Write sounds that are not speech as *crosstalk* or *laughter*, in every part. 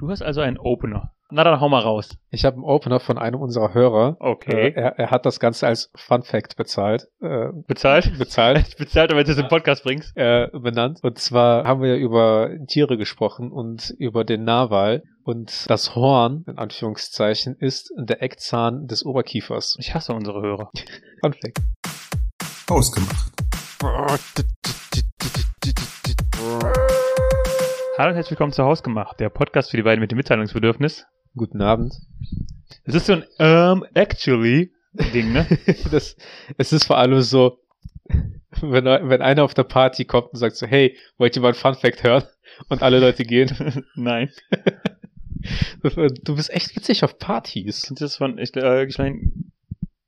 Du hast also einen Opener. Na dann hau mal raus. Ich habe einen Opener von einem unserer Hörer. Okay. Äh, er, er hat das Ganze als Fun Fact bezahlt. Äh, Bezahlt? *laughs* bezahlt. Bezahlt, damit du es im Podcast bringst. äh, benannt. Und zwar haben wir ja über Tiere gesprochen und über den Narwal. Und das Horn, in Anführungszeichen, ist der Eckzahn des Oberkiefers. Ich hasse unsere Hörer. Fun Fact. Ausgemacht. Hallo und herzlich willkommen zu Hausgemacht, der Podcast für die beiden mit dem Mitteilungsbedürfnis. Guten Abend. Es ist so ein ähm, actually Ding, ne? *laughs* das, es ist vor allem so, wenn, wenn einer auf der Party kommt und sagt so, hey, wollt ihr mal ein Fun Fact hören? Und alle *laughs* Leute gehen. Nein. Du bist echt witzig auf Partys. Sind das von, ich, äh, ich meine,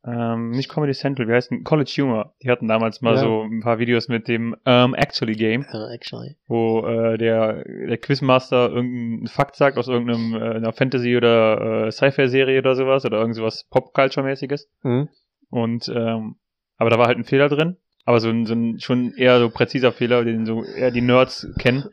ähm, nicht Comedy Central, wie heißt denn? College Humor. Die hatten damals mal Ja. so ein paar Videos mit dem ähm, Actually Game, Actually. wo äh, der, der Quizmaster irgendeinen Fakt sagt aus irgendeinem äh, einer Fantasy- oder äh, Sci-Fi-Serie oder sowas oder irgend sowas Pop-Culture-mäßiges. Mhm. Und ähm, aber da war halt ein Fehler drin. Aber so ein, so ein schon eher so präziser Fehler, den so eher die Nerds kennen.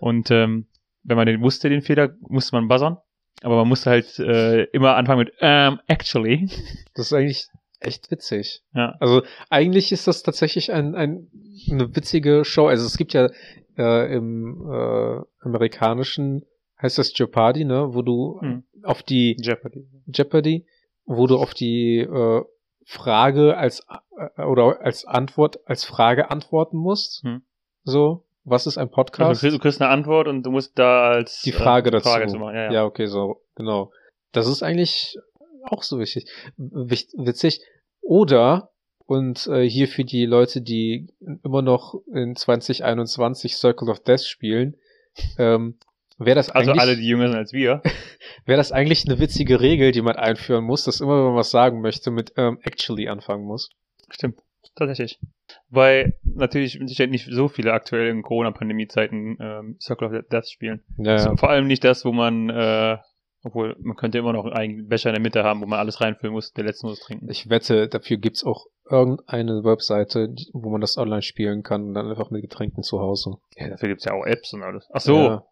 Und ähm, wenn man den wusste, den Fehler, musste man buzzern. Aber man musste halt äh, immer anfangen mit ähm, actually. Das ist eigentlich echt witzig. Ja. Also eigentlich ist das tatsächlich ein, ein, eine witzige Show. Also es gibt ja äh, im äh, amerikanischen heißt das Jeopardy, ne, wo du Hm. auf die Jeopardy. Jeopardy, wo du auf die äh, Frage als äh, oder als Antwort als Frage antworten musst. Hm. So, was ist ein Also, du Podcast? kriegst- du kriegst eine Antwort und du musst da als die Frage äh, dazu. Frage zu machen. Ja, ja. ja, okay, so genau. Das ist eigentlich auch so wichtig, wich- witzig. Oder und äh, hier für die Leute, die immer noch in 2021 Circle of Death spielen, ähm, wäre das Also eigentlich alle, die jünger sind als wir. wäre das eigentlich eine witzige Regel, die man einführen muss, dass immer, wenn man was sagen möchte, mit ähm, actually anfangen muss. Stimmt, tatsächlich. Weil natürlich mit Sicherheit nicht so viele aktuell in Corona-Pandemie-Zeiten ähm, Circle of Death spielen. Ja, So, vor allem nicht das, wo man, äh, obwohl man könnte immer noch einen Becher in der Mitte haben, wo man alles reinfüllen muss, der letzte muss es trinken. Ich wette, dafür gibt's auch irgendeine Webseite, die- wo man das online spielen kann und dann einfach mit Getränken zu Hause. ja, dafür gibt's ja auch Apps und alles. Ach so, Ja.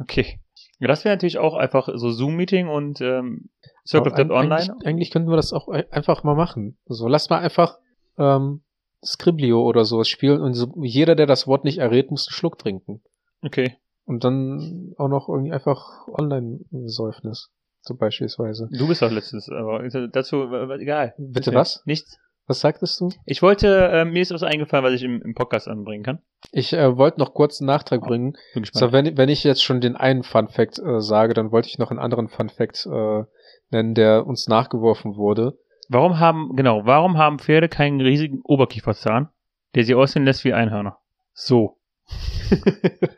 okay. Ja, das wäre natürlich auch einfach so Zoom-Meeting und ähm, Circle of Aber Death ein- Online. Eigentlich, eigentlich könnten wir das auch ein- einfach mal machen. So, lass mal einfach ähm, Scriblio oder sowas spielen und so, jeder, der das Wort nicht errät, muss einen Schluck trinken. Okay. Und dann auch noch irgendwie einfach Online-Säufnis, so beispielsweise. Du bist doch letztens, aber dazu, w- w- egal. Bitte was? Nichts. Was sagtest du? Ich wollte, äh, mir ist was eingefallen, was ich im, im Podcast anbringen kann. Ich äh, wollte noch kurz einen Nachtrag bringen. Bin So, wenn, wenn ich jetzt schon den einen Fun Fact äh, sage, dann wollte ich noch einen anderen Fun Fact äh, nennen, der uns nachgeworfen wurde. Warum haben, genau, warum haben Pferde keinen riesigen Oberkieferzahn, der sie aussehen lässt wie Einhörner? So.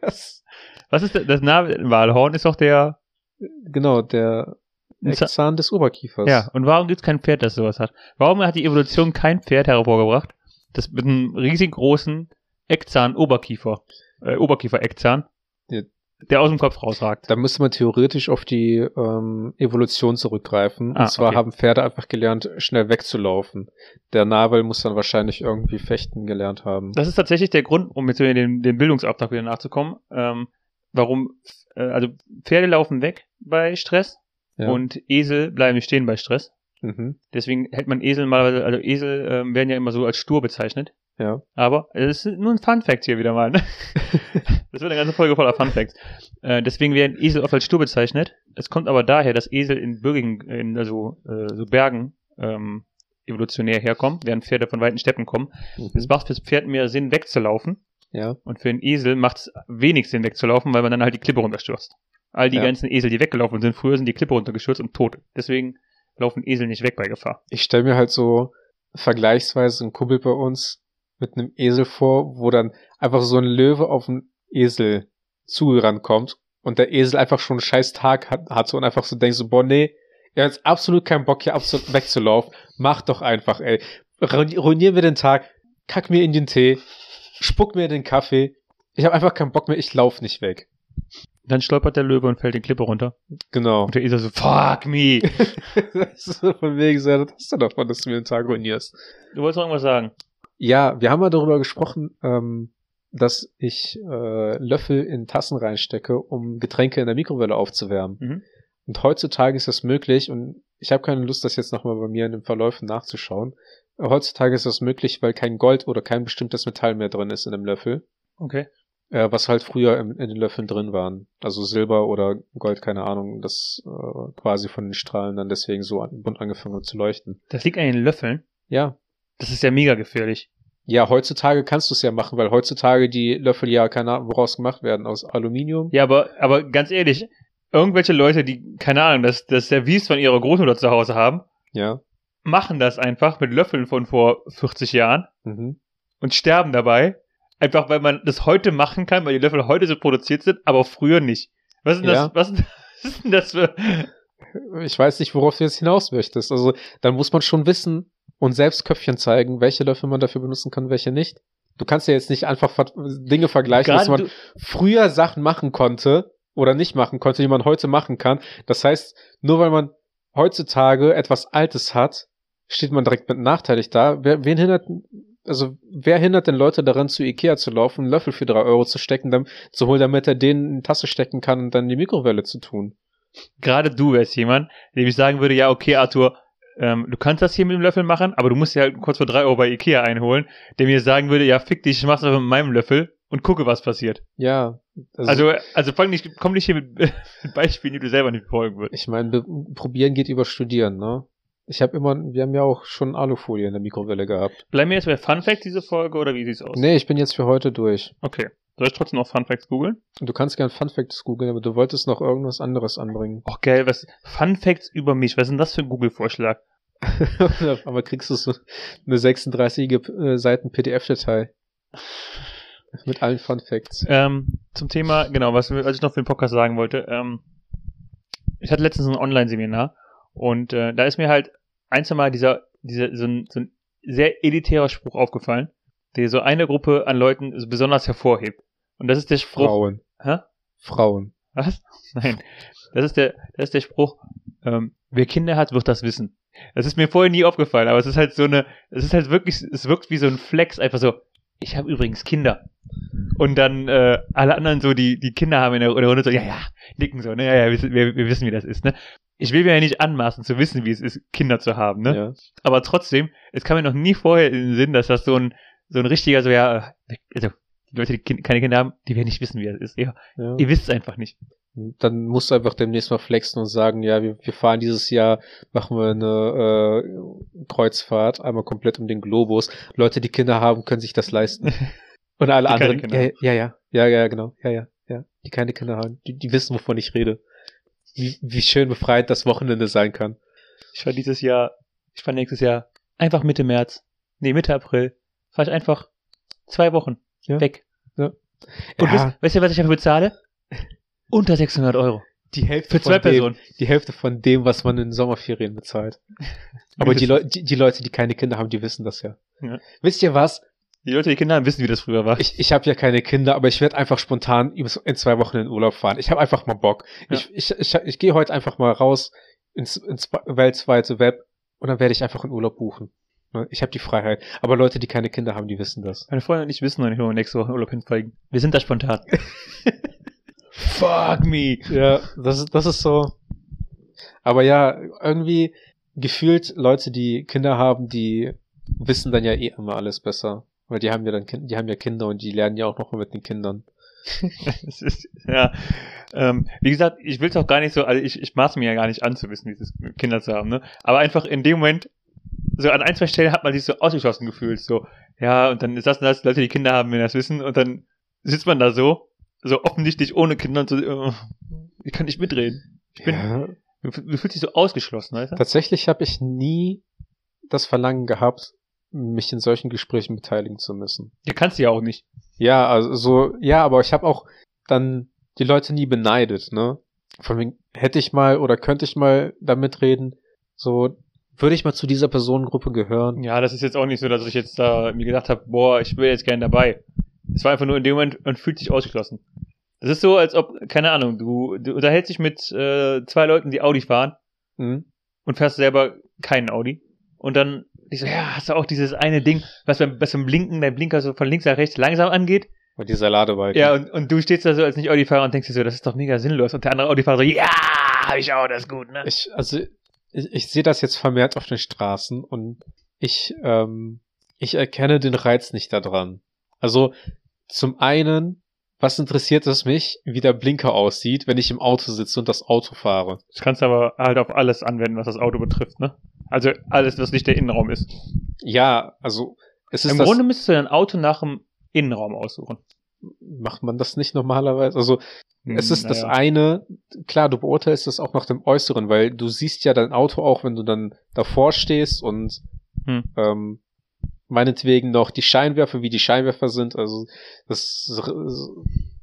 Was? Was ist das, das Nabelwalhorn ist doch der, Genau, der Ein Za- Zahn des Oberkiefers. ja, und warum gibt's kein Pferd, das sowas hat? Warum hat die Evolution kein Pferd hervorgebracht, das mit einem riesengroßen Eckzahn Oberkiefer, äh, Oberkiefer-Eckzahn, Ja. der aus dem Kopf rausragt? Da müsste man theoretisch auf die ähm, Evolution zurückgreifen. Ah, Und zwar okay. haben Pferde einfach gelernt, schnell wegzulaufen. Der Nabel muss dann wahrscheinlich irgendwie fechten gelernt haben. Das ist tatsächlich der Grund, um jetzt wieder dem, dem Bildungsauftrag wieder nachzukommen, ähm, warum, äh, also Pferde laufen weg bei Stress Ja. und Esel bleiben stehen bei Stress. Mhm. Deswegen hält man Esel mal, also Esel ähm, werden ja immer so als stur bezeichnet. Ja. Aber es ist nur ein Fun Fact hier wieder *laughs* mal. Ne? das wird eine ganze Folge voller Fun Facts. Äh, deswegen werden Esel oft als stur bezeichnet. Es kommt aber daher, dass Esel in Bürgigen, in, also äh, so Bergen ähm, evolutionär herkommen, während Pferde von weiten Steppen kommen. Es Mhm. macht fürs Pferd mehr Sinn, wegzulaufen. Ja. Und für einen Esel macht es wenig Sinn, wegzulaufen, weil man dann halt die Klippe runterstürzt. All die Ja. ganzen Esel, die weggelaufen sind, früher sind die Klippe runtergestürzt und tot. Deswegen laufen Esel nicht weg bei Gefahr. ich stelle mir halt so vergleichsweise einen Kumpel bei uns mit einem Esel vor, wo dann einfach so ein Löwe auf einen Esel zugerannt kommt und der Esel einfach schon einen scheiß Tag hat, hatte und einfach so denkt so, boah, nee, er hat jetzt absolut keinen Bock, hier absolut wegzulaufen. Mach doch einfach, ey. Ruin- Ruinier mir den Tag, kack mir in den Tee, spuck mir in den Kaffee. Ich habe einfach keinen Bock mehr, ich lauf nicht weg. Dann stolpert der Löwe und fällt die Klippe runter. Genau. Und der Esel so, fuck me. *laughs* das ist so von wegen, so, was hast du davon, dass du mir den Tag ruinierst? Du wolltest noch irgendwas sagen. Ja, wir haben mal darüber gesprochen, ähm, dass ich äh, Löffel in Tassen reinstecke, um Getränke in der Mikrowelle aufzuwärmen. Mhm. Und heutzutage ist das möglich und ich habe keine Lust, das jetzt nochmal bei mir in den Verläufen nachzuschauen. Aber Heutzutage ist das möglich, weil kein Gold oder kein bestimmtes Metall mehr drin ist in einem Löffel, Okay. äh, was halt früher im, in den Löffeln drin waren. Also Silber oder Gold, keine Ahnung, das äh, quasi von den Strahlen dann deswegen so an, bunt angefangen hat zu leuchten. Das liegt an den Löffeln. Ja, Das ist ja mega gefährlich. Ja, heutzutage kannst du es ja machen, weil heutzutage die Löffel ja, keine Ahnung, woraus gemacht werden, aus Aluminium. Ja, aber, aber ganz ehrlich, irgendwelche Leute, die, keine Ahnung, das, das Service von ihrer Großmutter zu Hause haben, Ja. machen das einfach mit Löffeln von vor 40 Jahren Mhm. und sterben dabei. Einfach weil man das heute machen kann, weil die Löffel heute so produziert sind, aber früher nicht. Was ist denn Ja. das, was, ist- was ist denn das für. Ich weiß nicht, worauf du jetzt hinaus möchtest. Also, dann muss man schon wissen und selbst Köpfchen zeigen, welche Löffel man dafür benutzen kann, welche nicht. Du kannst ja jetzt nicht einfach ver Dinge vergleichen, dass Gerade man du, früher Sachen machen konnte oder nicht machen konnte, die man heute machen kann. Das heißt, nur weil man heutzutage etwas Altes hat, steht man direkt mit nachteilig da. Wer, wen hindert, also wer hindert denn Leute daran, zu Ikea zu laufen, einen Löffel für drei Euro zu stecken, dann, zu holen, damit er den in die Tasse stecken kann und dann in die Mikrowelle zu tun? gerade du wärst jemand, dem ich sagen würde, ja, okay, Arthur, ähm, du kannst das hier mit dem Löffel machen, aber du musst dir halt kurz vor 3 Euro bei Ikea einholen, der mir sagen würde, ja, fick dich, ich mach's einfach mit meinem Löffel und gucke, was passiert. Ja. Also, Also, also fang nicht, komm nicht hier mit, *laughs* mit Beispielen, die du selber nicht folgen würdest. ich meine, be- probieren geht über studieren, ne? Ich habe immer, wir haben ja auch schon Alufolie in der Mikrowelle gehabt. Bleiben wir jetzt bei Fun Facts diese Folge oder wie sieht's aus? Nee, ich bin jetzt für heute durch. Okay. Soll ich trotzdem noch Fun Facts googeln? Du kannst gern Fun Facts googeln, aber du wolltest noch irgendwas anderes *laughs* anbringen. Och geil, was, Fun Facts über mich, was ist denn das für ein Google-Vorschlag? aber kriegst du so eine 36 Seiten PDF-Datei mit allen Fun Facts. Ähm, zum Thema, genau, was, was ich noch für den Podcast sagen wollte. Ähm, ich hatte letztens ein Online-Seminar und äh, da ist mir halt ein, zwei Mal dieser, dieser so, ein, so ein sehr elitärer Spruch aufgefallen, der so eine Gruppe an Leuten so besonders hervorhebt. Und das ist der Spruch. Frauen. Hä? Frauen. Was? *laughs* Nein. Das ist der, das ist der Spruch, ähm, wer Kinder hat, wird das wissen. Das ist mir vorher nie aufgefallen, aber es ist halt so eine, es ist halt wirklich, es wirkt wie so ein Flex, einfach so, ich habe übrigens Kinder. Und dann äh, alle anderen so, die, die Kinder haben in der, in der Runde so, ja, ja, nicken so, ne, ja, ja, wir, sind- wir, wir wissen, wie das ist, ne. Ich will mir ja nicht anmaßen zu wissen, wie es ist, Kinder zu haben, ne. Ja. Aber trotzdem, es kam mir noch nie vorher in den Sinn, dass das so ein, so ein richtiger, so, ja, äh, also, die Leute, die Kin- keine Kinder haben, die werden nicht wissen, wie das ist. Ja, Ja. ihr wisst es einfach nicht. Dann musst du einfach demnächst mal flexen und sagen, ja, wir, wir fahren dieses Jahr, machen wir eine äh, Kreuzfahrt, einmal komplett um den Globus. Leute, die Kinder haben, können sich das leisten. Und alle Die keine anderen. Kinder Ja, ja, ja, ja, ja, genau, ja, ja, ja. Die keine Kinder haben, die, die wissen, wovon ich rede. Wie, wie schön befreit das Wochenende sein kann. Ich fahre dieses Jahr, ich fahre nächstes Jahr einfach Mitte März, nee, Mitte April, fahre ich einfach zwei Wochen Ja. weg. Ja. Und Ja. wisst, wisst ihr, was ich dafür *laughs* bezahle? Unter 600 Euro. Die Hälfte Für von zwei dem, Personen. Die Hälfte von dem, was man in Sommerferien bezahlt. Aber die, Leu Mindestens. die, die Leute, die keine Kinder haben, die wissen das ja. Ja. Wisst ihr was? die Leute, die Kinder haben, wissen, wie das früher war. Ich, ich habe ja keine Kinder, aber ich werde einfach spontan in zwei Wochen in Urlaub fahren. Ich habe einfach mal Bock. Ja. Ich, ich, ich, ich gehe heute einfach mal raus ins, ins weltweite Web und dann werde ich einfach einen Urlaub buchen. Ne? Ich habe die Freiheit. Aber Leute, die keine Kinder haben, die wissen das. Meine Freunde und ich wissen noch nicht, wo wir nächste Woche in Urlaub hinfliegen. Wir sind da *laughs* spontan. Fuck me. Ja, das ist, das ist so. Aber ja, irgendwie gefühlt Leute, die Kinder haben, die wissen dann ja eh immer alles besser. Weil die haben ja dann Kind, die haben ja Kinder und die lernen ja auch noch mal mit den Kindern. *laughs* Es ist, ja. Ähm, wie gesagt, ich will es auch gar nicht so, also ich, ich maß mir ja gar nicht an zu wissen, dieses Kinder zu haben, ne? Aber einfach in dem Moment, so an ein, zwei Stellen hat man sich so ausgeschlossen gefühlt, so, ja, und dann ist das und das, Leute, die Kinder haben, wenn das wissen, und dann sitzt man da so, so offensichtlich ohne Kinder und so, äh, ich kann nicht mitreden. Ich bin, Ja. du, fü- du fühlst dich so ausgeschlossen, weißt du? Tatsächlich habe ich nie das Verlangen gehabt, mich in solchen Gesprächen beteiligen zu müssen. Ja, kannst du ja auch nicht. Ja, also so, ja, aber ich habe auch dann die Leute nie beneidet, ne? Von wegen, hätte ich mal oder könnte ich mal damit reden, so würde ich mal zu dieser Personengruppe gehören. Ja, das ist jetzt auch nicht so, dass ich jetzt da mir gedacht habe, boah, ich wäre jetzt gern dabei. Es war einfach nur in dem Moment, man fühlt sich ausgeschlossen. Das ist so, als ob, keine Ahnung, du, du unterhältst dich mit äh, zwei Leuten, die Audi fahren Mhm. und fährst selber keinen Audi. Und dann ich so, ja, hast du auch dieses eine Ding, was beim, was beim Blinken, dein Blinker so von links nach rechts langsam angeht. Und die Saladebalken. Ja, und, und du stehst da so als nicht Audi-Fahrer und denkst dir so, das ist doch mega sinnlos. Und der andere Audi-Fahrer so, ja, hab ich auch, das ist gut, ne? Ich, also, ich, ich sehe das jetzt vermehrt auf den Straßen und ich, ähm, ich erkenne den Reiz nicht daran. Also, zum einen, was interessiert es mich, wie der Blinker aussieht, wenn ich im Auto sitze und das Auto fahre? Das kannst du aber halt auf alles anwenden, was das Auto betrifft, ne? Also alles, was nicht der Innenraum ist. Ja, also, es ist Im das, Grunde müsstest du dein Auto nach dem Innenraum aussuchen. macht man das nicht normalerweise? Also, Es ist das Hm, naja. eine, klar, du beurteilst das auch nach dem Äußeren, weil du siehst ja dein Auto auch, wenn du dann davor stehst und Hm. ähm, meinetwegen noch die Scheinwerfer, wie die Scheinwerfer sind. Also das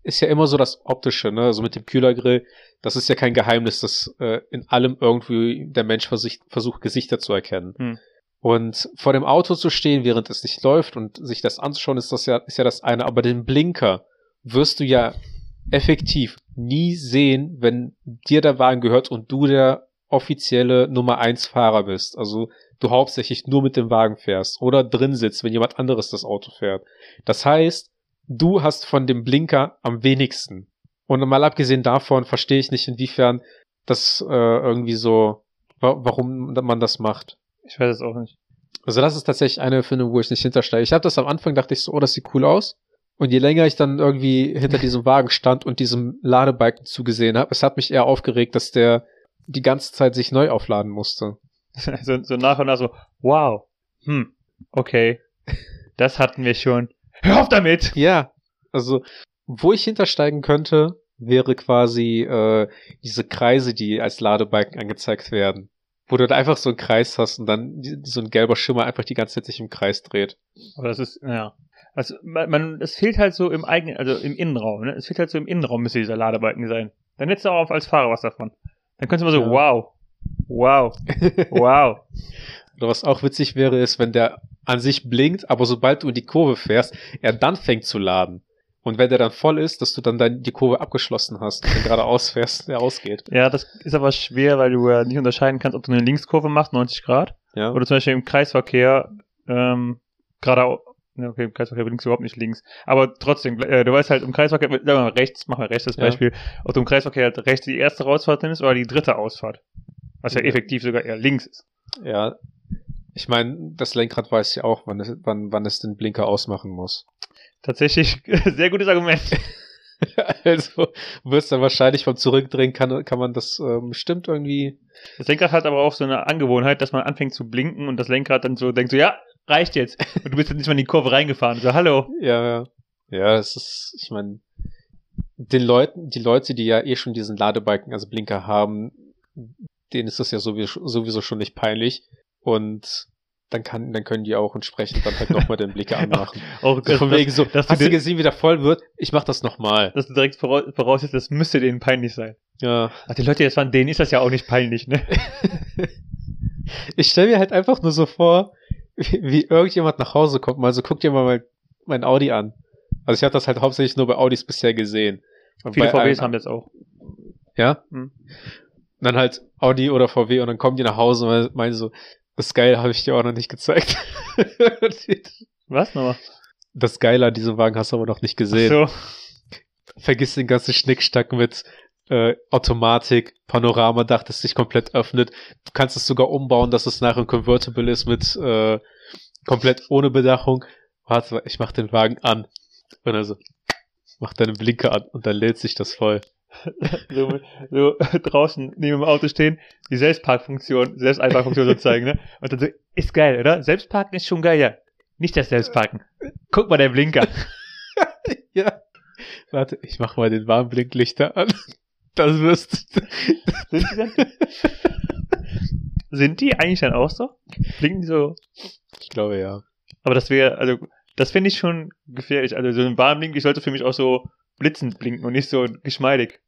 ist ja immer so das Optische, ne? Also mit dem Kühlergrill, das ist ja kein Geheimnis, dass äh, in allem irgendwie der Mensch versicht, versucht, Gesichter zu erkennen. Hm. Und vor dem Auto zu stehen, während es nicht läuft und sich das anzuschauen, ist das ja, ist ja das eine. Aber den Blinker wirst du ja effektiv nie sehen, wenn dir der Wagen gehört und du der offizielle Nummer 1 Fahrer bist. Also du hauptsächlich nur mit dem Wagen fährst oder drin sitzt, wenn jemand anderes das Auto fährt. Das heißt, du hast von dem Blinker am wenigsten. Und mal abgesehen davon verstehe ich nicht, inwiefern das äh, irgendwie so, wa warum man das macht. Ich weiß es auch nicht. *laughs* Also das ist tatsächlich eine Erfindung, wo ich nicht hintersteige. Ich habe das am Anfang, dachte ich so, oh, das sieht cool aus. Und je länger ich dann irgendwie hinter diesem Wagen stand und diesem Ladebalken zugesehen habe, es hat mich eher aufgeregt, dass der die ganze Zeit sich neu aufladen musste. so, so nach und nach so, wow, hm, okay, das hatten wir schon. Hör auf damit! Ja, also wo ich hintersteigen könnte, wäre quasi äh, diese Kreise, die als Ladebalken angezeigt werden. Wo du da einfach so einen Kreis hast und dann die- so ein gelber Schimmer einfach die ganze Zeit sich im Kreis dreht. Aber das ist, ja. Also, man, man, es fehlt halt so im eigenen, also im Innenraum, ne? Es fehlt halt so im Innenraum, müsste dieser Ladebalken sein. Dann hättest du auch als Fahrer was davon. Dann könntest du mal so, Ja. wow, *laughs* wow, wow. Oder was auch witzig wäre, ist, wenn der an sich blinkt, aber sobald du in die Kurve fährst, er dann fängt zu laden. Und wenn der dann voll ist, dass du dann dein, die Kurve abgeschlossen hast und dann geradeaus fährst, der ausgeht. ja, das ist aber schwer, weil du ja nicht unterscheiden kannst, ob du eine Linkskurve machst, 90 Grad, Ja. Oder zum Beispiel im Kreisverkehr, ähm, gerade ne, okay, im Kreisverkehr links überhaupt nicht links. Aber trotzdem, äh, du weißt halt, im Kreisverkehr, sagen wir mal rechts, machen wir rechts das Ja. Beispiel, ob du im Kreisverkehr halt rechts die erste Ausfahrt nimmst oder die dritte Ausfahrt. Was ja Ja. effektiv sogar eher links ist. ja. Ich meine, das Lenkrad weiß ja auch, wann es, wann, wann es den Blinker ausmachen muss. *laughs* Tatsächlich, *laughs* sehr gutes Argument. also wirst dann wahrscheinlich beim Zurückdrehen kann, kann man das ähm, bestimmt irgendwie. Das Lenkrad hat aber auch so eine Angewohnheit, dass man anfängt zu blinken und das Lenkrad dann so denkt so, ja, reicht jetzt. Und du bist jetzt nicht mal in die Kurve reingefahren. So, hallo. Ja, ja. Ja, es ist, ich meine, den Leuten, die Leute, die ja eh schon diesen Ladebalken, also Blinker haben, denen ist das ja sowieso, sowieso schon nicht peinlich. Und dann kann, dann können die auch entsprechend dann halt nochmal *laughs* den Blinker anmachen. Auch So von dass- wegen so, Oh, dass du hast du dir- gesehen, wie der voll wird? Ich mach das nochmal. dass du direkt voraus- voraussetzt, das müsste denen peinlich sein. Ja. *laughs* Ach, die Leute, die das waren, denen ist das ja auch nicht peinlich, ne? Ich stelle mir halt einfach nur so vor, wie, wie irgendjemand nach Hause kommt, mal so, guck dir mal mein, mein Audi an. Also ich habe das halt hauptsächlich nur bei Audis bisher gesehen. Und Viele bei VWs allen- haben das auch. Ja? Mhm. Und dann halt Audi oder VW und dann kommen die nach Hause und meinen so, das Geile habe ich dir auch noch nicht gezeigt. *laughs* Was nochmal? das Geile an diesem Wagen hast du aber noch nicht gesehen. So. Vergiss den ganzen Schnickstack mit äh, Automatik, Panoramadach, das sich komplett öffnet. Du kannst es sogar umbauen, dass es nachher ein Convertible ist mit äh, komplett ohne Bedachung. Warte, ich mach den Wagen an. Und dann so, mach deine Blinker an und dann lädt sich das voll. so, so *laughs* draußen neben dem Auto stehen, die Selbstparkfunktion, Selbsteinparkfunktion sozusagen, ne? Und dann so, ist geil, oder? Selbstparken ist schon geil, ja. Nicht das Selbstparken. Guck mal, der Blinker. Ja. Warte, ich mach mal den Warnblinklichter an. *laughs* Das wirst *laughs* Sind die, dann, sind die eigentlich dann auch so? Blinken die so? Ich glaube ja. Aber das wäre, also, das finde ich schon gefährlich. Also, so ein Warnblink, ich sollte für mich auch so blitzend blinken und nicht so geschmeidig.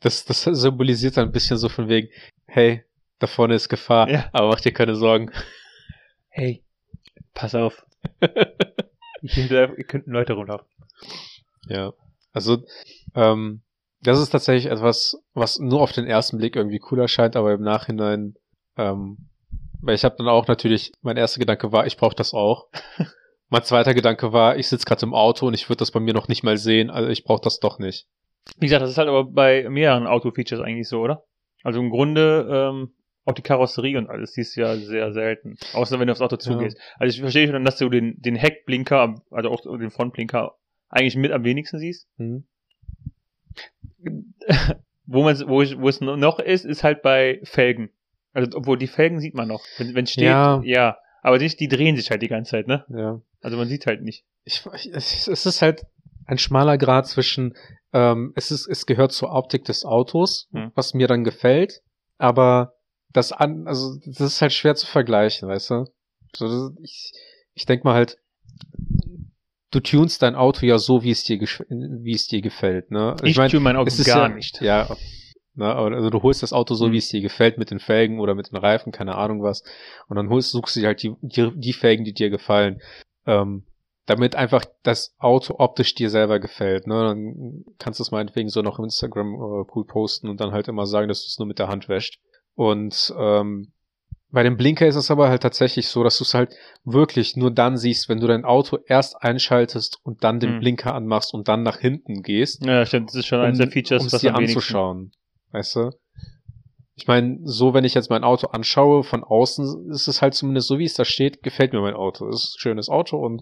Das, das symbolisiert dann ein bisschen so von wegen, hey, da vorne ist Gefahr, Ja. aber mach dir keine Sorgen. Hey, pass *laughs* auf. Hier hier könnten Leute rumlaufen. Ja. Also, ähm, das ist tatsächlich etwas, was nur auf den ersten Blick irgendwie cool erscheint, aber im Nachhinein, ähm, weil ich habe dann auch natürlich, mein erster Gedanke war, ich brauche das auch. Mein zweiter Gedanke war, ich sitze gerade im Auto und ich würde das bei mir noch nicht mal sehen, also ich brauche das doch nicht. Wie gesagt, das ist halt aber bei mehreren Auto-Features eigentlich so, oder? Also im Grunde ähm, auch die Karosserie und alles, die ist ja sehr selten. Außer wenn du aufs Auto zugehst. Also ich verstehe schon, dass du den, den Heckblinker, am- also auch den Frontblinker, eigentlich mit am wenigsten *laughs* siehst. Hm, Wo, man, wo, ich, wo es noch ist, ist halt bei Felgen. Also obwohl die Felgen sieht man noch. Wenn es steht, Ja. ja. Aber nicht, die drehen sich halt die ganze Zeit, ne? Ja. Also man sieht halt nicht. Ich, ich, es es ist halt ein schmaler Grad zwischen, ähm, es ist, es gehört zur Optik des Autos, Hm. was mir dann gefällt, aber das an, also das ist halt schwer zu vergleichen, weißt du? So, das, ich, ich denk mal halt, du tunst dein Auto ja so, wie es dir, gesch- wie es dir gefällt, ne? Ich, mein, tue mein Auge es ist gar ja, nicht. Ja. Ne, aber also du holst das Auto so, Mhm. wie es dir gefällt, mit den Felgen oder mit den Reifen, keine Ahnung was. Und dann holst, suchst du dir halt die, die, die Felgen, die dir gefallen. Ähm, damit einfach das Auto optisch dir selber gefällt. Ne? Dann kannst du es meinetwegen so noch auf Instagram äh, cool posten und dann halt immer sagen, dass du es nur mit der Hand wäscht. Und ähm, bei dem Blinker ist es aber halt tatsächlich so, dass du es halt wirklich nur dann siehst, wenn du dein Auto erst einschaltest und dann den Mhm. Blinker anmachst und dann nach hinten gehst Ja, stimmt. Das ist schon eines der Features, Um um's was dir am wenigsten anzuschauen. Weißt du? Ich meine, so wenn ich jetzt mein Auto anschaue, von außen ist es halt zumindest so, wie es da steht, gefällt mir mein Auto. Es ist ein schönes Auto und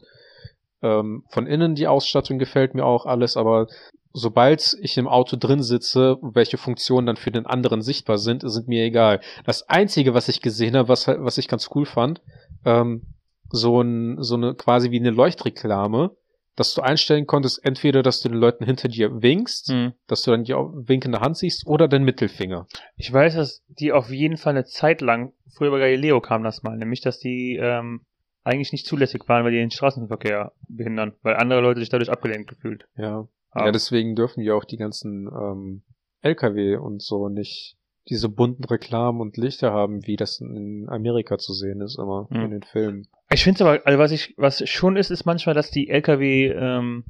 ähm, von innen die Ausstattung gefällt mir auch alles, aber sobald ich im Auto drin sitze, welche Funktionen dann für den anderen sichtbar sind, sind mir egal. Das Einzige, was ich gesehen habe, was, was ich ganz cool fand, ähm, so, ein, so eine quasi wie eine Leuchtreklame, dass du einstellen konntest, entweder, dass du den Leuten hinter dir winkst, Hm. dass du dann die au- winkende Hand siehst oder den Mittelfinger. Ich weiß, dass die auf jeden Fall eine Zeit lang, früher bei Galileo kam das mal, nämlich, dass die ähm, eigentlich nicht zulässig waren, weil die den Straßenverkehr behindern, weil andere Leute sich dadurch abgelenkt gefühlt Ja. haben. Ja, deswegen dürfen ja auch die ganzen ähm, LKW und so nicht diese bunten Reklamen und Lichter haben, wie das in Amerika zu sehen ist immer Mhm. in den Filmen. ich finde es aber, also was ich, was schon ist, ist manchmal, dass die LKW, ähm,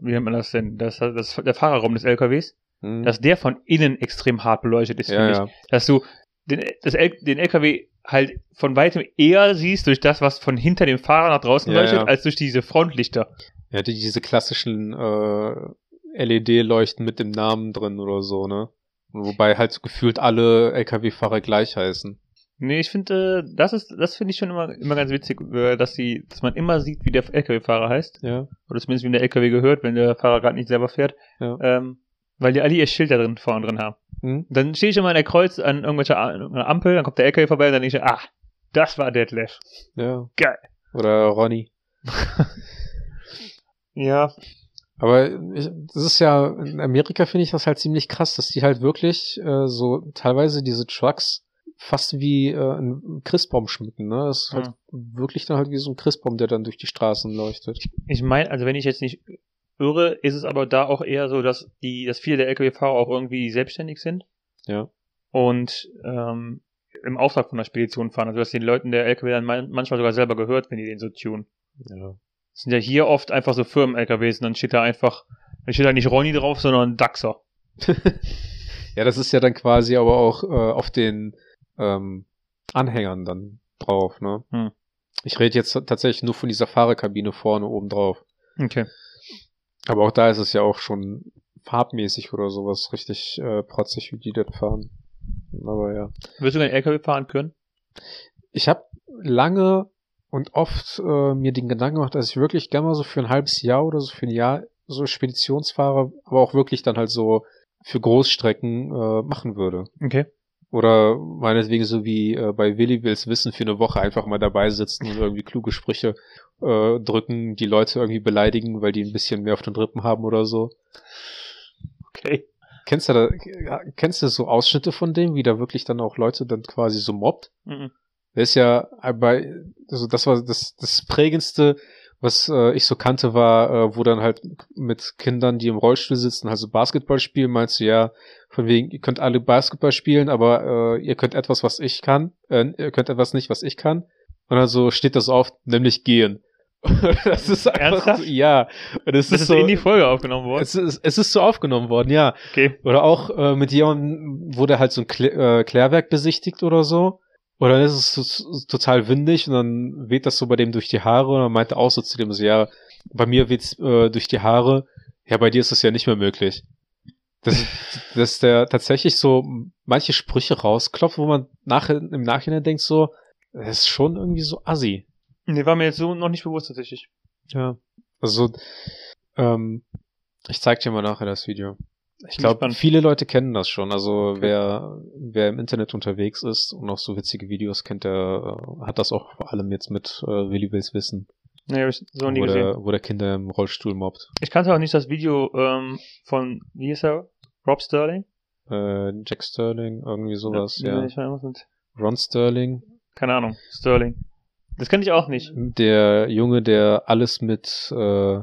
wie nennt man das denn, das, das, der Fahrerraum des LKWs, Mhm. dass der von innen extrem hart beleuchtet ist, ja, finde ich. ja. Dass du den, das L, den LKW halt von weitem eher siehst durch das, was von hinter dem Fahrer nach draußen Ja, leuchtet, ja. als durch diese Frontlichter. ja, die, diese klassischen äh, LED-Leuchten mit dem Namen drin oder so, ne? Wobei halt gefühlt alle LKW-Fahrer gleich heißen. Nee, ich finde, äh, das ist, das finde ich schon immer, immer ganz witzig, äh, dass sie, dass man immer sieht, wie der LKW-Fahrer heißt. Ja. Oder zumindest wie der LKW gehört, wenn der Fahrer gerade nicht selber fährt. Ja. Ähm, weil die alle ihr Schild da drin vorne drin haben. Mhm. Dann stehe ich immer an der Kreuz an irgendwelcher A- an einer Ampel, dann kommt der LKW vorbei und dann denke ich, ah, das war Detlef. ja. Geil. Oder Ronny. Ja. Aber ich, das ist ja, in Amerika finde ich das halt ziemlich krass, dass die halt wirklich äh, so teilweise diese Trucks fast wie äh, einen Christbaum schmücken. Ne? Das ist halt Hm. wirklich dann halt wie so ein Christbaum, der dann durch die Straßen leuchtet. Ich meine, also wenn ich jetzt nicht irre, ist es aber da auch eher so, dass die, dass viele der LKW-Fahrer auch irgendwie selbstständig sind. Ja. und ähm, im Auftrag von der Spedition fahren. Also dass den Leuten der LKW dann man- manchmal sogar selber gehört, wenn die den so tunen. ja. Das sind ja hier oft einfach so Firmen-LKWs und dann steht da einfach, dann steht da nicht Ronny drauf, sondern Daxer. *laughs* Ja, das ist ja dann quasi aber auch äh, auf den ähm, Anhängern dann drauf. Ne? Hm. Ich rede jetzt tatsächlich nur von dieser Fahrerkabine vorne oben drauf. Okay. Aber auch da ist es ja auch schon farbmäßig oder sowas richtig äh, protzig, wie die das fahren. Aber ja. Würdest du gerne LKW fahren können? ich habe lange und oft äh, mir den Gedanken gemacht, dass ich wirklich gerne mal so für ein halbes Jahr oder so für ein Jahr so Speditionsfahrer, aber auch wirklich dann halt so für Großstrecken äh, machen würde. Okay. Oder meinetwegen so wie äh, bei Willi Wills Wissen für eine Woche einfach mal dabei sitzen und irgendwie kluge Sprüche äh, drücken, die Leute irgendwie beleidigen, weil die ein bisschen mehr auf den Rippen haben oder so. Okay. Kennst du da, kennst du so Ausschnitte von dem, wie da wirklich dann auch Leute dann quasi so mobbt? Mhm. Der ist ja bei, also das war das, das prägendste, was äh, ich so kannte, war, äh, wo dann halt mit Kindern, die im Rollstuhl sitzen, also Basketball spielen, meinst du ja, von wegen, ihr könnt alle Basketball spielen, aber äh, ihr könnt etwas, was ich kann, äh, ihr könnt etwas nicht, was ich kann. Und dann so steht das auf, nämlich gehen. *laughs* das ist einfach Ernsthaft? so, ja. Und es Das ist, ist, so, in die Folge aufgenommen worden. es, ist, es ist so aufgenommen worden, ja. Okay. Oder auch äh, mit jemandem wurde halt so ein Klä äh, Klärwerk besichtigt oder so. Und dann ist es so- so- total windig und dann weht das so bei dem durch die Haare und dann meinte auch so zu dem so, ja, bei mir weht's äh, durch die Haare, ja, bei dir ist das ja nicht mehr möglich. Dass, dass der tatsächlich so manche Sprüche rausklopft, wo man nachher, im Nachhinein denkt so, das ist schon irgendwie so assi. Nee, war mir jetzt so noch nicht bewusst tatsächlich. Ja. Also, ähm, ich zeig dir mal nachher das Video. Ich Bin glaube, gespannt. viele Leute kennen das schon. Also wer, wer im Internet unterwegs ist und auch so witzige Videos kennt, der äh, hat das auch vor allem jetzt mit äh, Willi Wills Wissen, Nee, hab ich so nie wo gesehen. der, wo der Kinder im Rollstuhl mobbt. Ich kannte auch nicht das Video ähm, von, wie hieß er? Rob Sterling? Äh, Jack Sterling, irgendwie sowas, Nee, ja. Ich weiß nicht. Ron Sterling, Keine Ahnung. Sterling. Das kannte ich auch nicht. der Junge, der alles mit äh,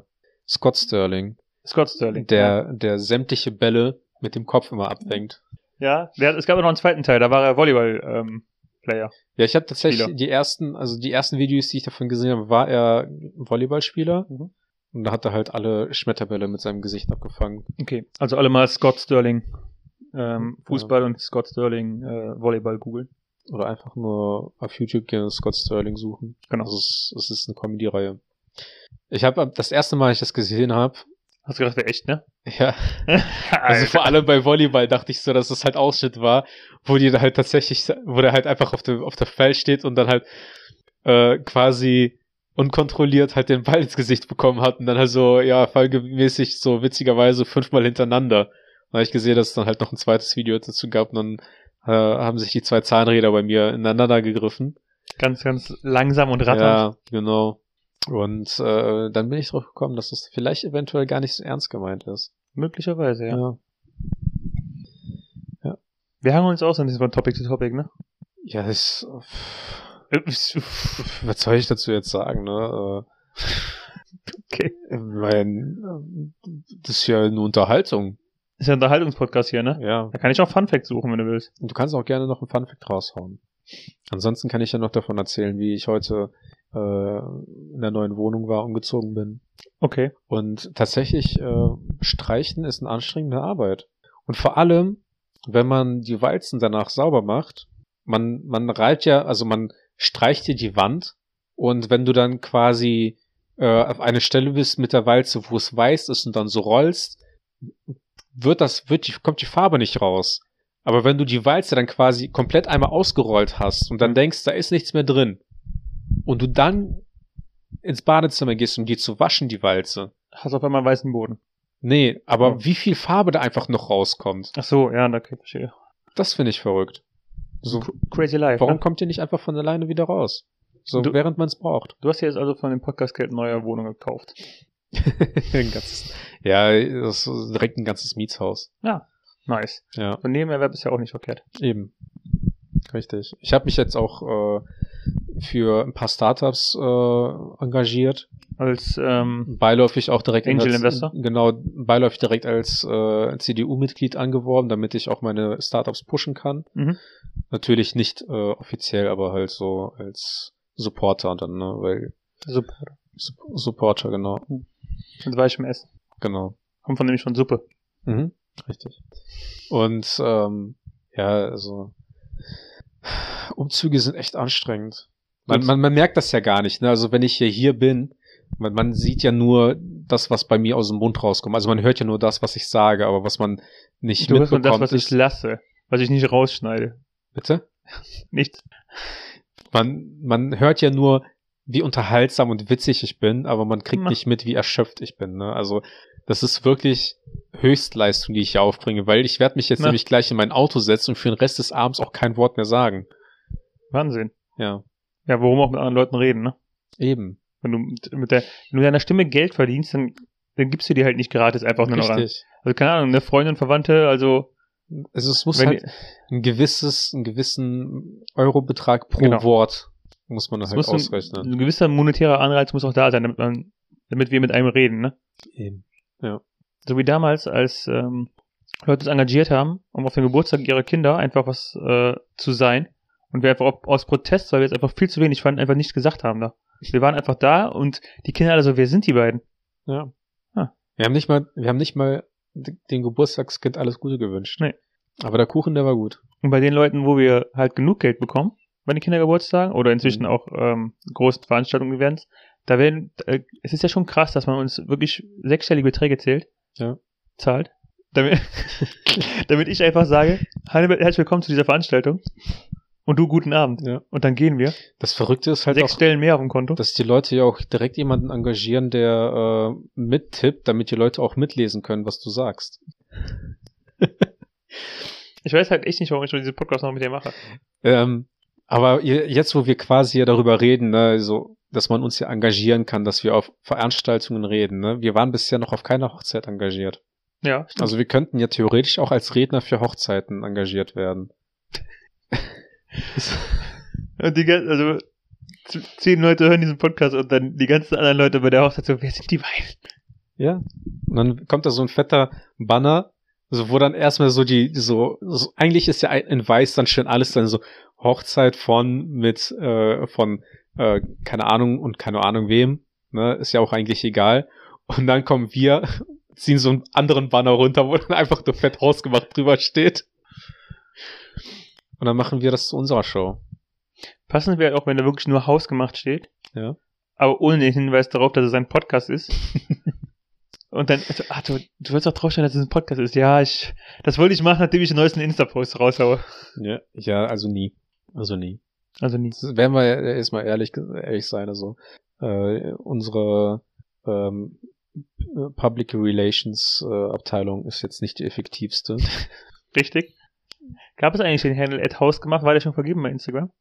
Scott Sterling, Scott Sterling. der, der sämtliche Bälle mit dem Kopf immer abfängt. Ja, der, es gab ja noch einen zweiten Teil, da war er ähm, Volleyball-Player. Ja, ich habe tatsächlich Spieler. die ersten, also die ersten Videos, die ich davon gesehen habe, war er Volleyballspieler Mhm. und da hat er halt alle Schmetterbälle mit seinem Gesicht abgefangen. okay, also alle mal Scott Sterling Genau. ähm, Fußball und Scott Sterling äh, Volleyball googeln. Oder einfach nur auf YouTube gerne Scott Sterling suchen. Genau. Also es, es ist eine Comedy-Reihe. Ich habe das erste Mal, als ich das gesehen habe, Hast du gedacht, wäre echt, ne? *laughs* ja, also vor allem bei Volleyball dachte ich so, dass es halt Ausschnitt war, wo die da halt tatsächlich, wo der halt einfach auf der, auf der Fell steht und dann halt äh, quasi unkontrolliert halt den Ball ins Gesicht bekommen hat und dann halt so, ja, fallgemäßig so witzigerweise fünfmal hintereinander. Und da hab ich gesehen, dass es dann halt noch ein zweites Video dazu gab und dann äh, haben sich die zwei Zahnräder bei mir ineinander gegriffen. ganz, ganz langsam und ratternd. Ja, genau. Und äh, dann bin ich drauf gekommen, dass das vielleicht eventuell gar nicht so ernst gemeint ist. Möglicherweise, ja. ja. Wir hangen uns aus an diesem von Topic zu Topic, *laughs* ne? Ja, ich, *laughs* was soll ich dazu jetzt sagen, ne? Okay. Äh, Mein, äh, das ist ja eine Unterhaltung. Ist ja ein Unterhaltungspodcast hier, ne? Ja. Da kann ich auch Funfact suchen, wenn du willst. Und du kannst auch gerne noch einen Funfact raushauen. Ansonsten kann ich ja noch davon erzählen, wie ich heute äh, in der neuen Wohnung war, umgezogen bin. Okay. Und tatsächlich, äh, streichen ist eine anstrengende Arbeit. Und vor allem, wenn man die Walzen danach sauber macht, man, man reibt ja, also man streicht dir die Wand und wenn du dann quasi äh, auf eine Stelle bist mit der Walze, wo es weiß ist und dann so rollst, wird das, wird die, kommt die Farbe nicht raus. Aber wenn du die Walze dann quasi komplett einmal ausgerollt hast und dann denkst, da ist nichts mehr drin und du dann ins Badezimmer gehst, um die zu waschen, die Walze, Hast auf einmal weißen Boden. Nee, aber Mhm. wie viel Farbe da einfach noch rauskommt, Ach so, ja, da okay, verstehe. das finde ich verrückt. So, Crazy Life. warum Ne? kommt ihr nicht einfach von alleine wieder raus? So, Du- während man es *laughs* braucht. Du hast dir jetzt also von dem Podcast-Geld neue Wohnung gekauft. ein ganzes, ja, das ist direkt ein ganzes Mietshaus. Nice. Ja, Und Nebenerwerb ist ja auch nicht verkehrt. eben. Richtig. Ich habe mich jetzt auch äh, für ein paar Startups äh, engagiert. Als, ähm, Beiläufig auch direkt Angel als, Investor? Genau, beiläufig direkt als äh, CDU-Mitglied angeworben, damit ich auch meine Startups pushen kann. mhm. Natürlich nicht äh, offiziell, aber halt so als Supporter dann, ne? Weil Suppe. Sup- Supporter, genau. Jetzt war ich im Essen. Genau. Kommt von nämlich schon Suppe. Mhm. Richtig. Und ähm, ja, also Umzüge sind echt anstrengend. Man, Gut. man, man merkt das ja gar nicht, ne? Also wenn ich hier, hier bin, man, man sieht ja nur das, was bei mir aus dem Mund rauskommt. Also man hört ja nur das, was ich sage, aber was man nicht du hörst nur mitbekommt. das, was ich ist, lasse. Was ich nicht rausschneide. bitte? Nichts. man, man hört ja nur, wie unterhaltsam und witzig ich bin, aber man kriegt Ma- nicht mit, wie erschöpft ich bin. Ne? Also das ist wirklich Höchstleistung, die ich hier aufbringe, weil ich werde mich jetzt Na. nämlich gleich in mein Auto setzen und für den Rest des Abends auch kein Wort mehr sagen. Wahnsinn. Ja, Ja, worum auch mit anderen Leuten reden, ne? eben. Wenn du mit, mit der, wenn du deiner Stimme Geld verdienst, dann, dann gibst du dir halt nicht gratis einfach nur noch an. Richtig. Also keine Ahnung, eine Freundin, Verwandte, also, Also es muss wenn halt ein gewisses, einen gewissen Eurobetrag pro Genau. Wort muss man das halt muss ein, ausrechnen. ein gewisser monetärer Anreiz muss auch da sein, damit man, damit wir mit einem reden, ne? Eben. so wie damals, als ähm, Leute es engagiert haben, um auf den Geburtstag ihrer Kinder einfach was äh, zu sein. Und wir einfach ob- aus Protest, weil wir jetzt einfach viel zu wenig fanden, einfach nichts gesagt haben da. Wir waren einfach da und die Kinder alle so, wer sind die beiden? Ja. Ah. Wir haben nicht mal, wir haben nicht mal d- dem Geburtstagskind alles Gute gewünscht. Nee. Aber der Kuchen, der war gut. Und bei den Leuten, wo wir halt genug Geld bekommen, bei den Kindergeburtstagen oder inzwischen Mhm. auch ähm, großen Veranstaltungen Events. Da werden, äh, es ist ja schon krass, dass man uns wirklich sechsstellige Beträge zählt, Ja. zahlt, damit, *laughs* damit ich einfach sage, hallo, herzlich willkommen zu dieser Veranstaltung und du guten Abend. Ja. Und dann gehen wir. Das Verrückte ist halt Sechs auch, Stellen mehr auf dem Konto. dass die Leute ja auch direkt jemanden engagieren, der äh, mittippt, damit die Leute auch mitlesen können, was du sagst. Ich weiß halt echt nicht, warum ich schon diesen Podcast noch mit dir mache. Ähm, aber je- jetzt, wo wir quasi ja darüber reden, ne, so, dass man uns ja engagieren kann, dass wir auf Veranstaltungen reden, ne? wir waren bisher noch auf keiner Hochzeit engagiert. Ja, Also wir könnten ja theoretisch auch als Redner für Hochzeiten engagiert werden. *laughs* Und die ganzen, also z- zehn Leute hören diesen Podcast und dann die ganzen anderen Leute bei der Hochzeit so, wer sind die beiden? Ja. Und dann kommt da so ein fetter Banner, so wo dann erstmal so die, so, so eigentlich ist ja ein- in weiß dann schön alles dann so Hochzeit von mit äh, von äh, keine Ahnung und keine Ahnung wem, ne, ist ja auch eigentlich egal. Und dann kommen wir, *laughs* ziehen so einen anderen Banner runter, wo dann einfach nur fett rausgemacht drüber steht. Und dann machen wir das zu unserer Show. Passend wäre auch, wenn da wirklich nur hausgemacht steht. Ja. Aber ohne den Hinweis darauf, dass es ein Podcast *laughs* ist. und dann, also, ach, du, du willst auch draufstellen, dass es ein Podcast ist. Ja, ich, das wollte ich machen, nachdem ich den neuesten Insta-Post raushaue. Ja, ja, also nie. Also nie. Also nie. Das- wenn wir jetzt mal ehrlich, ehrlich sein, also äh, unsere ähm, Public Relations äh, Abteilung ist jetzt nicht die effektivste. *laughs* Richtig. Gab es eigentlich den Handle at hausgemacht? War der schon vergeben bei Instagram?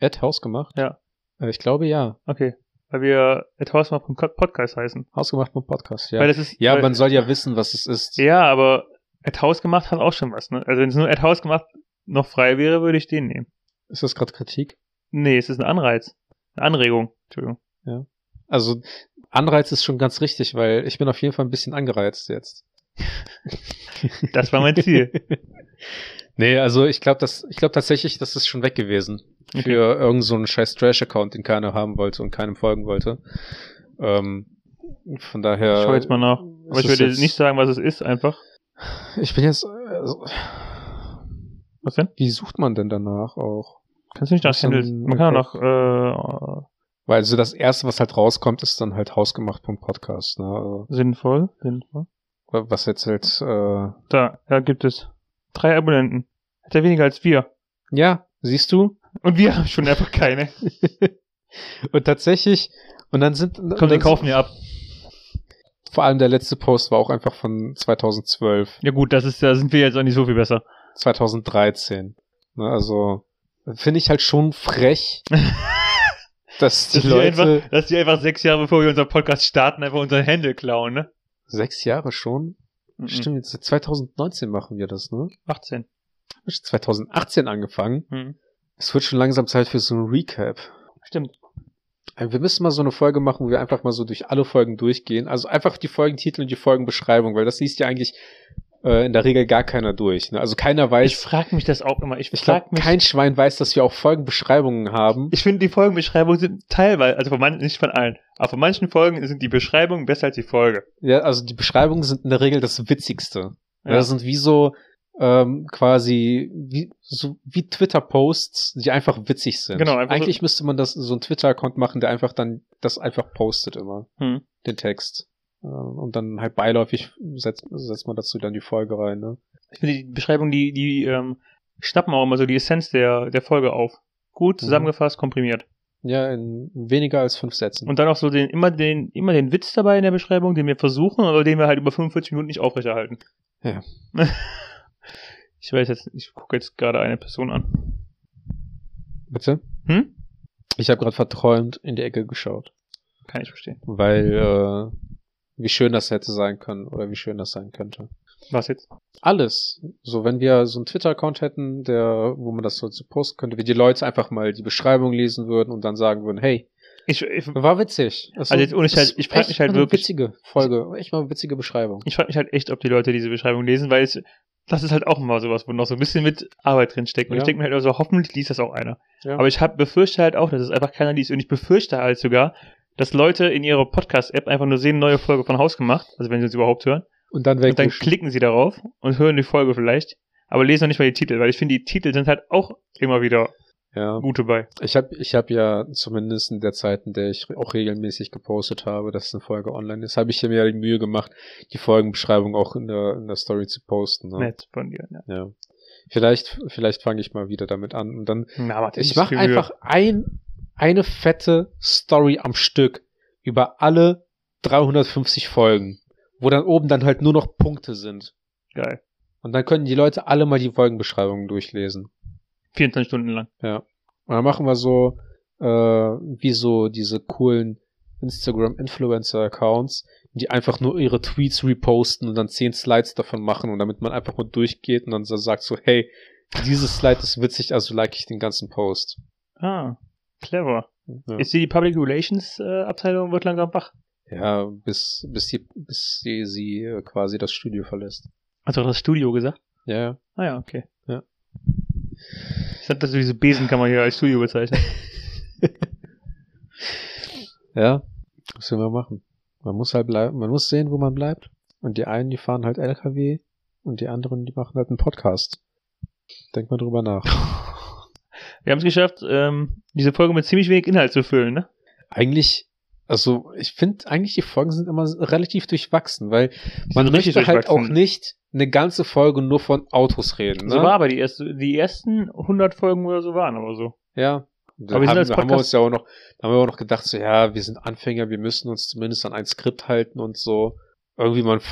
Ed Hausgemacht? Ja. Äh, ich glaube ja. Okay. Weil wir at hausgemacht vom Podcast heißen. Hausgemacht mit Podcast, Weil ja. das ist, Ja, weil, man *laughs* soll ja wissen, was es ist. Ja, aber Ad House gemacht hat auch schon was, ne? Also wenn es nur Ad House gemacht noch frei wäre, würde ich den nehmen. Ist das gerade Kritik? Nee, es ist ein Anreiz. Eine Anregung. Entschuldigung. Also Anreiz ist schon ganz richtig, weil ich bin auf jeden Fall ein bisschen angereizt jetzt. Das war mein Ziel. *laughs* Nee, also ich glaube, das, ich glaube tatsächlich, das ist schon weg gewesen. Okay. für irgendeinen so einen scheiß Trash-Account, den keiner haben wollte und keinem folgen wollte. Ähm, von daher. ich schaue jetzt mal nach. es Aber ich ist würde jetzt- nicht sagen, was es ist, einfach. Ich bin jetzt. Also, Was denn? wie sucht man denn danach auch? Kannst du nicht nach Muss dann- Handles. Man kann auch äh, nach Weil so das erste, was halt rauskommt, ist dann halt hausgemacht vom Podcast. Ne? Also, äh, sinnvoll. Sinnvoll. Was jetzt halt. Äh, Da, da gibt es drei Abonnenten. Hat er weniger als wir. ja, siehst du? Und wir *laughs* haben schon einfach keine. *laughs* Und tatsächlich. Und dann sind. Komm, den dann- kaufen wir ab. Vor allem der letzte Post war auch einfach von 2012. Ja gut, das ist, da sind wir jetzt auch nicht so viel besser. 2013. Ne, also finde ich halt *laughs* schon frech, dass die Dass wir, Leute einfach, dass wir einfach sechs Jahre bevor wir unseren Podcast starten, einfach unseren Handle klauen, ne? sechs Jahre schon. Mhm. Stimmt, jetzt seit 2019 machen wir das, ne? 18. Hab ich 2018 angefangen. Mhm. Es wird schon langsam Zeit für so ein Recap. Stimmt. Äh, Wir müssen mal so eine Folge machen, wo wir einfach mal so durch alle Folgen durchgehen. Also einfach die Folgentitel und die Folgenbeschreibung, weil das liest ja eigentlich äh, in der Regel gar keiner durch. Ne? Also keiner Ich weiß. frage mich das auch immer. Ich, Ich frag glaube, mich. kein Schwein weiß, dass wir auch Folgenbeschreibungen haben. ich finde, die Folgenbeschreibungen sind teilweise, also von manchen, nicht von allen, aber von manchen Folgen sind die Beschreibungen besser als die Folge. Ja, also die Beschreibungen sind in der Regel das Witzigste. Ja. Das sind wie so ähm, quasi wie, so wie Twitter-Posts, die einfach witzig sind. Genau, einfach Eigentlich müsste man das so einen Twitter-Account machen, der einfach dann das einfach postet immer, Hm. den Text. Ähm, und dann halt beiläufig setzt, setzt man dazu dann die Folge rein. Ne? Ich finde, die Beschreibungen, die, die ähm, schnappen auch immer so die Essenz der, der Folge auf. Gut Mhm. zusammengefasst, komprimiert. Ja, in weniger als fünf Sätzen. Und dann auch so den, immer den, immer den Witz dabei in der Beschreibung, den wir versuchen, aber den wir halt über 45 Minuten nicht aufrechterhalten. Ja. *laughs* Ich weiß jetzt, ich gucke jetzt gerade eine Person an. Bitte? Hm? Ich habe gerade verträumt in die Ecke geschaut, Kann ich verstehen. weil äh, wie schön das hätte sein können oder wie schön das sein könnte. Was jetzt? alles. So, wenn wir so einen Twitter-Account hätten, der, wo man das so zu posten könnte, wie die Leute einfach mal die Beschreibung lesen würden und dann sagen würden, hey, Ich, ich, war witzig. Das Also jetzt ohne Scheiß, ich frag echt mich halt mal wirklich- Eine witzige Folge, echt mal eine witzige Beschreibung. ich frage mich halt echt, ob die Leute diese Beschreibung lesen, weil es, das ist halt auch immer sowas, wo noch so ein bisschen mit Arbeit drin steckt. Und Ja. ich denke mir halt also, hoffentlich liest das auch einer. Ja. Aber ich hab, befürchte halt auch, dass es einfach keiner liest. Und ich befürchte halt sogar, dass Leute in ihrer Podcast-App einfach nur sehen, neue Folge von Haus gemacht, also wenn sie uns überhaupt hören. Und dann Und dann wegwischen. klicken sie darauf und hören die Folge vielleicht, aber lesen noch nicht mal die Titel, weil ich finde, die Titel sind halt auch immer wieder Ja. gute bei. Ich habe ich hab ja zumindest in der Zeit, in der ich auch regelmäßig gepostet habe, dass eine Folge online ist, habe ich mir ja die Mühe gemacht, die Folgenbeschreibung auch in der, in der Story zu posten. Ne? Nett von dir. Ja. Ja. Vielleicht, vielleicht fange ich mal wieder damit an und dann. Na, mach dir Ich nicht mache die einfach Mühe. ein, eine fette Story am Stück über alle 350 Folgen, wo dann oben dann halt nur noch Punkte sind. Geil. Und dann können die Leute alle mal die Folgenbeschreibungen durchlesen. 24 Stunden lang. Und dann machen wir so, äh, wie so diese coolen Instagram-Influencer-Accounts, die einfach nur ihre Tweets reposten und dann zehn Slides davon machen und damit man einfach mal durchgeht und dann so sagt so, hey, dieses Slide ist witzig, also like ich den ganzen Post. Ah, clever. Ja, Ist die die Public Relations äh, Abteilung wird langsam wach? ja bis, bis sie, bis sie, sie äh, quasi das Studio verlässt. Hast du auch das Studio gesagt? Ja, ja. Ah ja, okay. Ja. Ich dachte, dass du diese Besenkammer hier als Studio bezeichnest. Ja, was will man machen? Man muss halt bleiben, man muss sehen, wo man bleibt. Und die einen, die fahren halt LKW und die anderen, die machen halt einen Podcast. Denk mal drüber nach. Wir haben es geschafft, ähm, diese Folge mit ziemlich wenig Inhalt zu füllen, ne? *laughs* Eigentlich, also ich finde eigentlich die Folgen sind immer relativ durchwachsen, weil Die man sind richtig möchte halt auch durchwachsen. nicht eine ganze Folge nur von Autos reden. Ne? So war aber die, erste, die ersten 100 Folgen oder so waren aber so. Ja. Da Aber wir sind haben, als haben wir Podcast- uns ja auch noch, da haben wir auch noch gedacht, so, ja, wir sind Anfänger, wir müssen uns zumindest an ein Skript halten und so. Irgendwie mal ein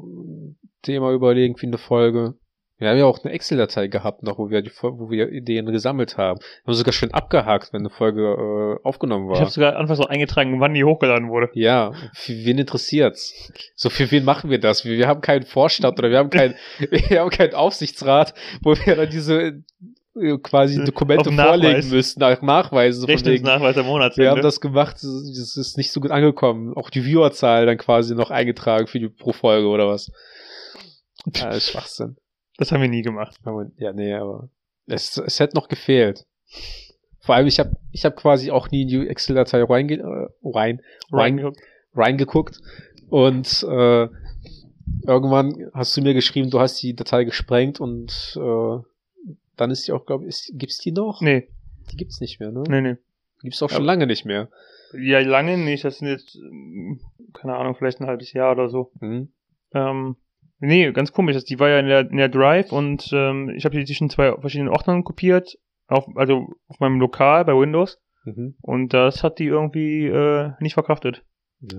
Folge-Thema überlegen für eine Folge. Wir haben ja auch eine Excel-Datei gehabt noch, wo wir die, Fol- wo wir Ideen gesammelt haben. Wir haben sogar schön abgehakt, wenn eine Folge äh, aufgenommen Ich habe war. Also sogar anfangs auch eingetragen, wann die hochgeladen wurde. Ja, für wen interessiert's? So, für wen machen wir das? Wir, wir haben keinen Vorstand oder wir *laughs* haben keinen, wir haben keinen Aufsichtsrat, wo wir dann diese äh, quasi Auf Dokumente Nachweis. ne? vorlegen müssten, nach Nachweisen. Von wegen, Rechnungsnachweis am Monatsende. wir haben das gemacht, das ist- das ist nicht so gut angekommen. Auch die Viewerzahl dann quasi noch eingetragen für die pro Folge oder was. Ja, ist Schwachsinn. Das haben wir nie gemacht. Aber, ja, nee, aber es, es hätte noch gefehlt. Vor allem, ich habe ich hab quasi auch nie in die Excel-Datei reinge äh, rein, rein, reingeguckt und äh, irgendwann hast du mir geschrieben, du hast die Datei gesprengt und äh, dann ist die auch, glaube ich, gibt's die noch? Nee, Die gibt's nicht mehr, ne? nee, nee. Die gibt's auch schon lange nicht mehr. Ja, lange nicht. Das sind jetzt, ähm, keine Ahnung, vielleicht ein halbes Jahr oder so. Hm? Ähm, nee, ganz komisch. Das- Die war ja in der, in der Drive und ähm, ich habe die zwischen zwei verschiedenen Ordnern kopiert. Auf, also auf meinem Lokal bei Windows. Mhm. Und das hat die irgendwie äh, nicht verkraftet. Ja.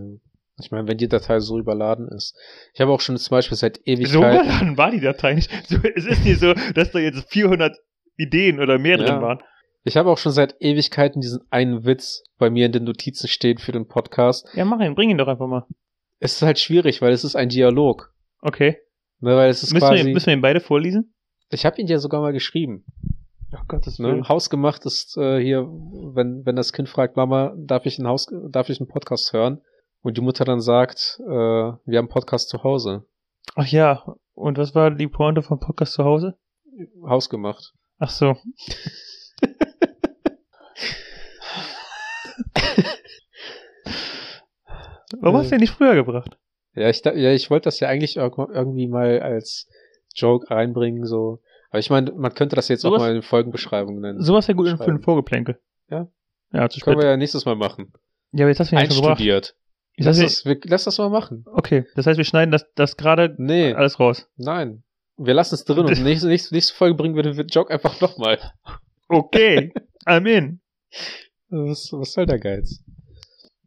Ich meine, wenn die Datei so überladen ist. Ich habe auch schon zum Beispiel seit So Ewigkeit. überladen war die Datei nicht. So, es ist nicht so, dass da jetzt 400 Ideen oder mehr Ja. drin waren. ich habe auch schon seit Ewigkeiten diesen einen Witz bei mir in den Notizen steht für den Podcast. Ja, mach ihn, bring ihn doch einfach mal. Es ist halt schwierig, weil es ist ein Dialog. Okay. Ne, weil es ist Müssen wir, quasi. müssen wir ihn beide vorlesen? ich habe ihn ja sogar mal geschrieben. Ach Gottes Ne? Hausgemacht ist äh, hier, wenn, wenn das Kind fragt, Mama, darf ich einen Haus, darf ich einen Podcast hören? Und die Mutter dann sagt, äh, wir haben einen Podcast zu Hause. Ach ja. Und was war die Pointe vom Podcast zu Hause? Hausgemacht. Ach *laughs* so. Warum hast du den nicht früher gebracht? Ja, ich, da- ja, ich wollte das ja eigentlich irg- irgendwie mal als Joke reinbringen, so. Aber ich meine, man könnte das jetzt auch Sowas- mal in Folgenbeschreibung nennen. Sowas wäre gut für Schreiben. ein Vorgeplänkel. Ja. Ja, zu spät. Können wir ja nächstes Mal machen. ja, aber jetzt hast du ihn ja schon gebracht. Einstudiert. Jetzt Lass hast du, das, wir, lass das mal machen. okay, das heißt, wir schneiden das, das gerade Nee, alles raus. nein. Wir lassen es *laughs* drin und nächste, nächste, nächste Folge bringen wir den Joke einfach nochmal. Okay, I'm in. Was, was soll der Geiz?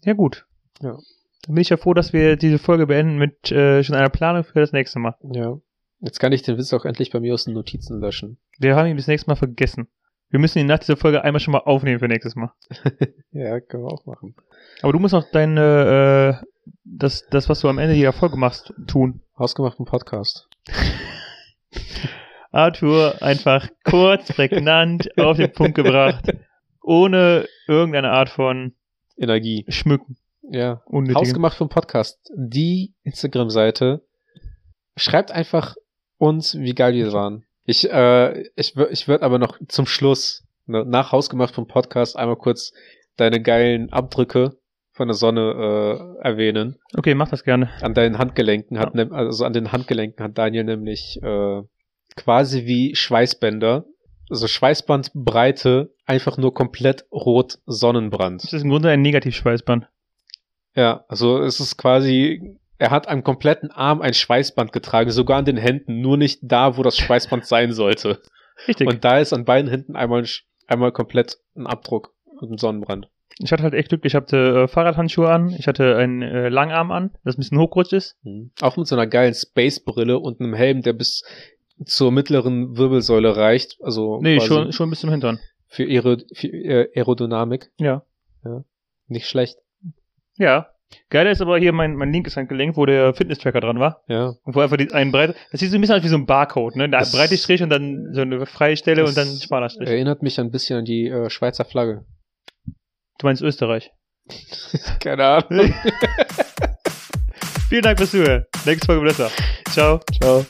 Ja, gut. Ja. Dann bin ich ja froh, dass wir diese Folge beenden mit äh, schon einer Planung für das nächste Mal. Ja. Jetzt kann ich den Witz auch endlich bei mir aus den Notizen löschen. Wir haben ihn bis nächstes Mal vergessen. Wir müssen ihn nach dieser Folge einmal schon mal aufnehmen für nächstes Mal. Ja, können wir auch machen. Aber du musst noch deine, äh, das, das, was du am Ende jeder Folge machst, tun. Hausgemachten Podcast. Arthur einfach kurz, prägnant, auf den Punkt gebracht. Ohne irgendeine Art von Energie. Schmücken. Ja. Unnötigen. Hausgemacht vom Podcast. Die Instagram-Seite. Schreibt einfach uns, wie geil wir waren. Ich, äh, ich, wür- ich würde aber noch zum Schluss, ne, nach Hausgemacht vom Podcast, einmal kurz deine geilen Abdrücke von der Sonne äh, erwähnen. Okay, mach das gerne. An deinen Handgelenken hat, nem- also an den Handgelenken hat Daniel nämlich äh, quasi wie Schweißbänder also Schweißbandbreite einfach nur komplett rot Sonnenbrand. Das ist im Grunde ein Negativschweißband. Ja, also es ist quasi, er hat am kompletten Arm ein Schweißband getragen, sogar an den Händen, nur nicht da, wo das Schweißband *laughs* sein sollte. Richtig. Und da ist an beiden Händen einmal, ein Sch- einmal komplett ein Abdruck und ein Sonnenbrand. ich hatte halt echt Glück, ich hatte äh, Fahrradhandschuhe an, ich hatte einen äh, Langarm an, das ein bisschen hochgerutscht ist. Auch mit so einer geilen Space-Brille und einem Helm, der bis zur mittleren Wirbelsäule reicht. Also Nee, quasi schon, schon bis zum Hintern. für, Aero, für äh, Aerodynamik. Ja. Nicht schlecht. Ja. Geiler ist aber hier mein, mein linkes Handgelenk, wo der Fitness-Tracker dran war. Ja. Und wo einfach die, einen breite, das sieht so ein bisschen aus wie so ein Barcode, ne? Da Das- breite Strich und dann so eine freie Stelle das und dann ein schmaler Strich. Erinnert mich ein bisschen an die äh, Schweizer Flagge. Du meinst Österreich. Keine Ahnung. Vielen Dank fürs Zuhören. Nächste Folge besser. Ciao. Ciao.